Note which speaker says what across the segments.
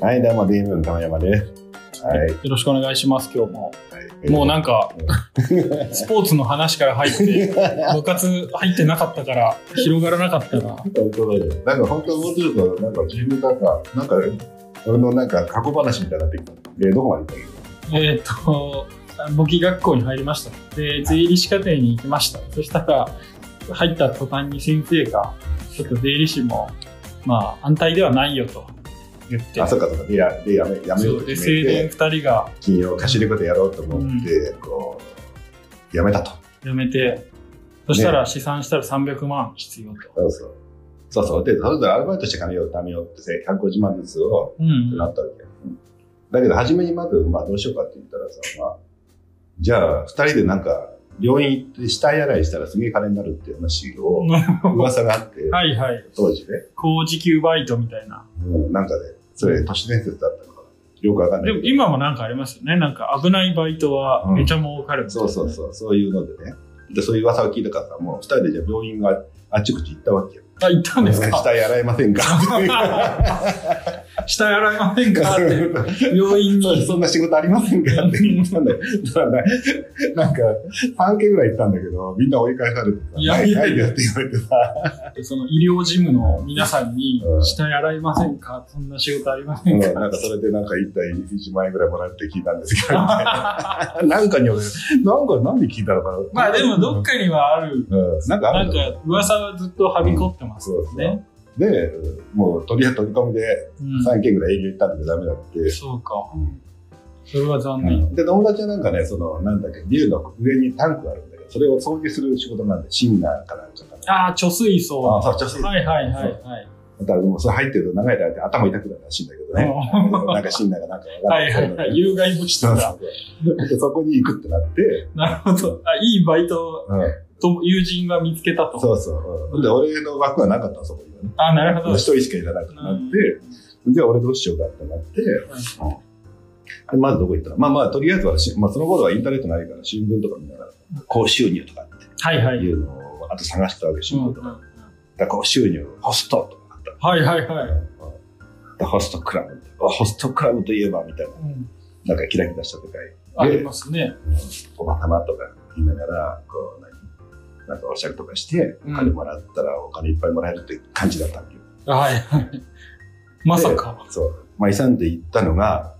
Speaker 1: はい、どうも、DM の玉山です。はい。
Speaker 2: よろしくお願いします、今日も。
Speaker 1: はい
Speaker 2: もうなん か、スポーツの話から入って、部活入ってなかったから、広がらなかった な。
Speaker 1: 本当だよ。なんか本当もうちょっと、なんか自分なんか、なんか、俺のなんか過去話みたいになってきた。えどこまで行っ
Speaker 2: えーっと、簿記学校に入りました。で、税理士課程に行きました。そしたら、入った途端に先生が、ちょっと税理士も、まあ、安泰ではないよと言って
Speaker 1: た、あ、そっかそっか。で、やでやめやめよう
Speaker 2: そ
Speaker 1: と
Speaker 2: うで、
Speaker 1: 決
Speaker 2: 青
Speaker 1: め
Speaker 2: 年
Speaker 1: て、
Speaker 2: 二人が
Speaker 1: 金融を貸しることやろうと思って、こう、やめたと。
Speaker 2: 辞めて、そしたら試算したら300万必要と。
Speaker 1: そうそう。そうそう。で、それぞれアルバイトして金を貯めようってせ、150万ずつを
Speaker 2: うん
Speaker 1: って。なったわけよ、だけど初めにまず、まあ、どうしようかって言ったらさ、まあ、じゃあ2人でなんか病院行って死体洗いしたらすげえ金になるっていう話 を噂があって、
Speaker 2: はいはい。
Speaker 1: 当時ね、
Speaker 2: 高時給バイトみたいな。
Speaker 1: うんなんかねそれ都市伝説だったのかなよくわかんな
Speaker 2: で
Speaker 1: い
Speaker 2: も
Speaker 1: けど
Speaker 2: 今もなんかありますよね。なんか危ないバイトはめちゃ儲かるみたい
Speaker 1: そ
Speaker 2: な、
Speaker 1: うそうそうそういうのでねでそういう噂を聞いたからさもう2人でじゃあ病院があっちこっち行ったわけよ
Speaker 2: あ、行ったんです
Speaker 1: 死
Speaker 2: か
Speaker 1: 体洗えません か
Speaker 2: 下洗いませんかって。病院
Speaker 1: そう
Speaker 2: に。
Speaker 1: そんな仕事ありませんかって言ったんだ よ。ただねなんか、3件ぐらい行ったんだけど、みんな追い返されてさ、
Speaker 2: いや
Speaker 1: ない
Speaker 2: いや
Speaker 1: ないですって言われて さ、
Speaker 2: その医療事務の皆さんに
Speaker 1: う、ん
Speaker 2: 下洗いませんかそんな仕事ありませ
Speaker 1: うんん
Speaker 2: か、
Speaker 1: なんかそれでなんか1体1万円ぐらいもらって聞いたんですけ ど、みたいななんかに俺、なんかなんで聞いたのかな
Speaker 2: まあでもどっかにはある。
Speaker 1: うん、なんかあ
Speaker 2: な
Speaker 1: る
Speaker 2: ん
Speaker 1: んだ
Speaker 2: か噂はずっとはびこってます
Speaker 1: そ
Speaker 2: よ
Speaker 1: うですね
Speaker 2: ね。。
Speaker 1: で、もう取り取り込みで
Speaker 2: うん。
Speaker 1: 3件ぐらい営業行ったんだけどダメだって。
Speaker 2: そうか。
Speaker 1: うん
Speaker 2: それは残念。
Speaker 1: で、友達はなんかね、その、なんだっけ、ビルの上にタンクがあるんだけど、それを掃除する仕事なんで、シンナーかなんかかな。
Speaker 2: ああ、貯水槽。は
Speaker 1: あ、そう、ちょっ
Speaker 2: いはいはいはい。
Speaker 1: だからもうそれ入ってると長い間って頭痛くなるらしいんだけどね。
Speaker 2: うん
Speaker 1: なんか死んだかなんかわかん
Speaker 2: は
Speaker 1: ないい。
Speaker 2: はいはい。有害物質
Speaker 1: そう
Speaker 2: だ。
Speaker 1: そうそうでそこに行くってなって、
Speaker 2: なるほど。あ、いいバイトを
Speaker 1: う
Speaker 2: と友人が見つけた
Speaker 1: ん、
Speaker 2: と。
Speaker 1: そうそう。うんで、俺の枠はなかったのそこにはね。
Speaker 2: あ、なるほど
Speaker 1: 一。人しかいらなくなって、じゃあ俺どうしようかってなって、でまずどこ行ったのまあまあ、とりあえずはし、まあその頃はインターネットないから新聞とか見ながら、高収入とかっ
Speaker 2: はいは
Speaker 1: て
Speaker 2: い。
Speaker 1: いうのを、あと探してたわけ、
Speaker 2: う
Speaker 1: 新
Speaker 2: んう
Speaker 1: 聞
Speaker 2: ん
Speaker 1: とか。だから高収入、ホストとかあった
Speaker 2: はいはいはい。
Speaker 1: でホストクラブ。あホストクラブといえばみたいな。
Speaker 2: うん
Speaker 1: なんかキラキラした世界。
Speaker 2: ありますね。
Speaker 1: おばさまとか言いながら、こう、何なんかおしゃれとかして、
Speaker 2: う
Speaker 1: お
Speaker 2: ん
Speaker 1: 金もらったらお金いっぱいもらえるって感じだったんだよ。
Speaker 2: はいはい。 まさか。
Speaker 1: そう。まあ、遺産で行ったのが、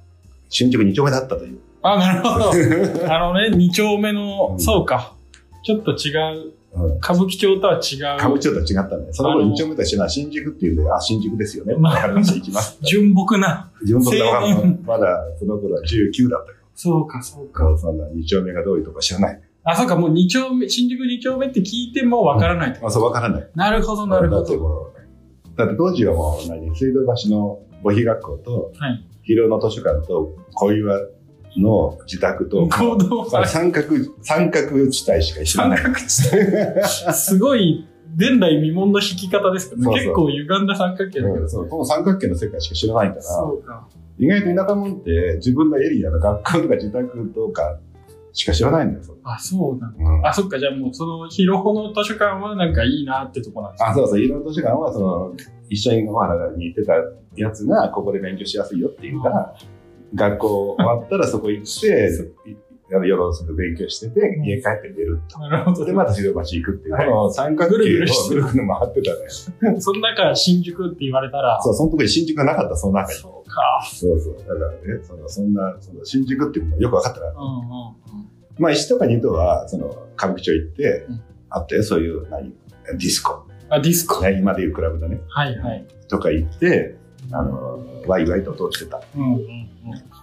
Speaker 1: 新宿2丁目だったという。
Speaker 2: あ、なるほ ど。あのね、二丁目の
Speaker 1: う、ん
Speaker 2: そうか。ちょっと違う。
Speaker 1: うん。
Speaker 2: 歌舞伎町とは違
Speaker 1: 歌舞伎
Speaker 2: う。
Speaker 1: 町とは違ったね。その頃
Speaker 2: あの
Speaker 1: 2丁目とは知らない。新宿っていうんで、あ、新宿ですよね。
Speaker 2: まあ
Speaker 1: わかりました、行き ます。
Speaker 2: 純朴な。
Speaker 1: 自分のことは
Speaker 2: 青年
Speaker 1: まだその頃は19だったか
Speaker 2: そうかそうか。
Speaker 1: ら、そんな2丁目がどういうとこ知らない。
Speaker 2: あ、そうか、もう二丁目、新宿二丁目って聞いてもわからないと。
Speaker 1: まあ、そうわからない。
Speaker 2: なるほど、なるほ
Speaker 1: だって
Speaker 2: ど。
Speaker 1: こうだって当時はもう何、水道橋の母妃学校と、
Speaker 2: はい。
Speaker 1: 広野図書館と小岩の自宅と、
Speaker 2: 行動
Speaker 1: その
Speaker 2: が
Speaker 1: 三角、三角地帯しか知ら
Speaker 2: 三
Speaker 1: ない。
Speaker 2: 角地帯。すごい、前代未聞の引き方ですけど
Speaker 1: そうそ
Speaker 2: ね。
Speaker 1: う
Speaker 2: 結構歪んだ三角形だけ
Speaker 1: う
Speaker 2: ど。
Speaker 1: んそうこの三角形の世界しか知らないから、
Speaker 2: そうか。
Speaker 1: 意外と田舎もんって自分のエリアの学校とか自宅とかしか知らないんだよ。そう
Speaker 2: あ、そうなんだ。
Speaker 1: うん
Speaker 2: あ、そっか、じゃあもう、その、広尾の図書館はなんかいいなってとこなんですか
Speaker 1: あ、そうそう、広野図書館はその、一緒に小原に行ってたやつがここで勉強しやすいよっていうから、学校終わったらそこ行 って、い夜遅く勉強してて、家帰って寝ると。
Speaker 2: なる ほど。
Speaker 1: で、また白橋行くっていう、
Speaker 2: はい
Speaker 1: この三角形を
Speaker 2: ぐ
Speaker 1: ぐる
Speaker 2: るぐ
Speaker 1: ぐ
Speaker 2: る
Speaker 1: る
Speaker 2: して
Speaker 1: 回ってたね。
Speaker 2: その中、新宿って言われたら、
Speaker 1: そう、その時に新宿がなかった、その中に。
Speaker 2: そうか。
Speaker 1: そうそう。だからね、そのそんな、その新宿っていうのがよく分かったから。
Speaker 2: うんうんうん。
Speaker 1: まあ、1とか2とは、その、歌舞伎町行って
Speaker 2: うん、
Speaker 1: あったよ、そういう、何、ディスコ。
Speaker 2: あ、ディスコ。
Speaker 1: ね、今でいうクラブだね。
Speaker 2: はいはい。
Speaker 1: とか行って、あ、の、ワイワイと通してた。
Speaker 2: うんうんうん。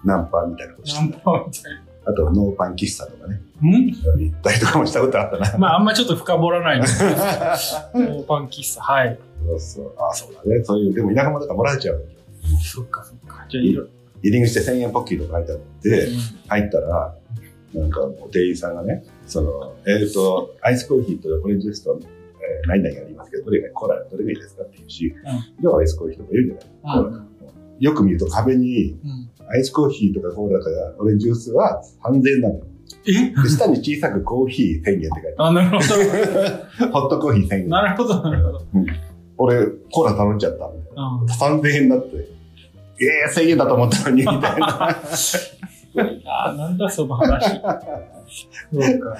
Speaker 1: ナンパみたいなことし
Speaker 2: ナ
Speaker 1: て
Speaker 2: ン
Speaker 1: た。
Speaker 2: パみたい
Speaker 1: あと、ノーパン喫茶とかね。
Speaker 2: な。ん
Speaker 1: 行ったりとかもしたことあったな。
Speaker 2: まあ、あんまちょっと深掘らないんですけ
Speaker 1: そ
Speaker 2: ど、パン喫茶。はい。
Speaker 1: う そう。あ、そうだね。そういう、でも田舎もだからもらえちゃう。
Speaker 2: そっかそっか。じゃあ、いろい
Speaker 1: 入り口で1000円ポッキーとか書いてあって、
Speaker 2: ろ。
Speaker 1: 入ったら、なんかもう店員さんがね、その、えっ、と、アイスコーヒーとオレンジジュースと、えー、何々ありますけど、どれがコーラ、どれがいいですかって言うし、
Speaker 2: う
Speaker 1: ではアイスコーヒーとか言うじゃない。
Speaker 2: うんうん
Speaker 1: よく見ると壁に、
Speaker 2: うん。
Speaker 1: アイスコーヒーとかコーラとかオレンジジュースは3000円な のよ。
Speaker 2: え
Speaker 1: で、下に小さくコーヒー1000円って書い て
Speaker 2: あ、なるほど。
Speaker 1: ある。ホットコーヒー1000円。
Speaker 2: なるほど、なるほど。
Speaker 1: 俺、コーラ頼んじゃったみたいな。
Speaker 2: うん
Speaker 1: 3000円になって、えー、1000円だと思ったのに、みたい な、
Speaker 2: あーなんだその話。そうか。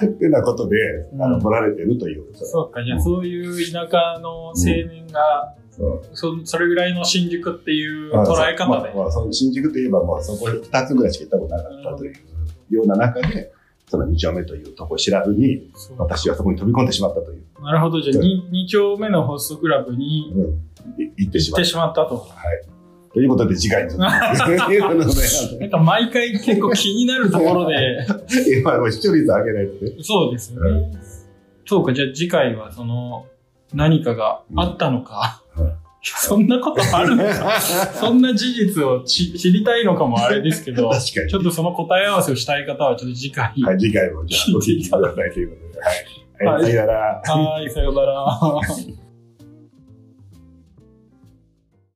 Speaker 1: ってなことで、あ
Speaker 2: う
Speaker 1: の、
Speaker 2: ん
Speaker 1: 来られてるという。
Speaker 2: そうか、じゃあそういう田舎の青年が、
Speaker 1: そう
Speaker 2: そそれぐらいの新宿っていう捉え
Speaker 1: ま
Speaker 2: 方
Speaker 1: あ
Speaker 2: で。
Speaker 1: まあ、その新宿といえば、もうそこ2つぐらいしか行ったことなかったというような中で、その2丁目というとこを知らずに、
Speaker 2: そう
Speaker 1: 私はそこに飛び込んでしまったという、
Speaker 2: なるほど、じゃ
Speaker 1: そ
Speaker 2: あ
Speaker 1: う
Speaker 2: 2, 丁目のホストクラブに
Speaker 1: うん、い行ってし
Speaker 2: 行っ
Speaker 1: まって
Speaker 2: しまったと。
Speaker 1: た。ということで、次回に続く ということ
Speaker 2: なん
Speaker 1: で、
Speaker 2: か毎回結構気になるところで、
Speaker 1: 今、もう視聴率上げないとね。
Speaker 2: そうですよね。そうか、じゃあ次回はその何かがあったの
Speaker 1: う
Speaker 2: か。
Speaker 1: ん
Speaker 2: そんなことあるのか。そんな事実を知知りたいのかもあれですけど、
Speaker 1: 確かに
Speaker 2: ちょっとその答え合わせをしたい方はちょっと次回。
Speaker 1: はい、次回もじゃあ、ご聞きくださいということで。はい。はい、さよなら。
Speaker 2: はい、さようなら。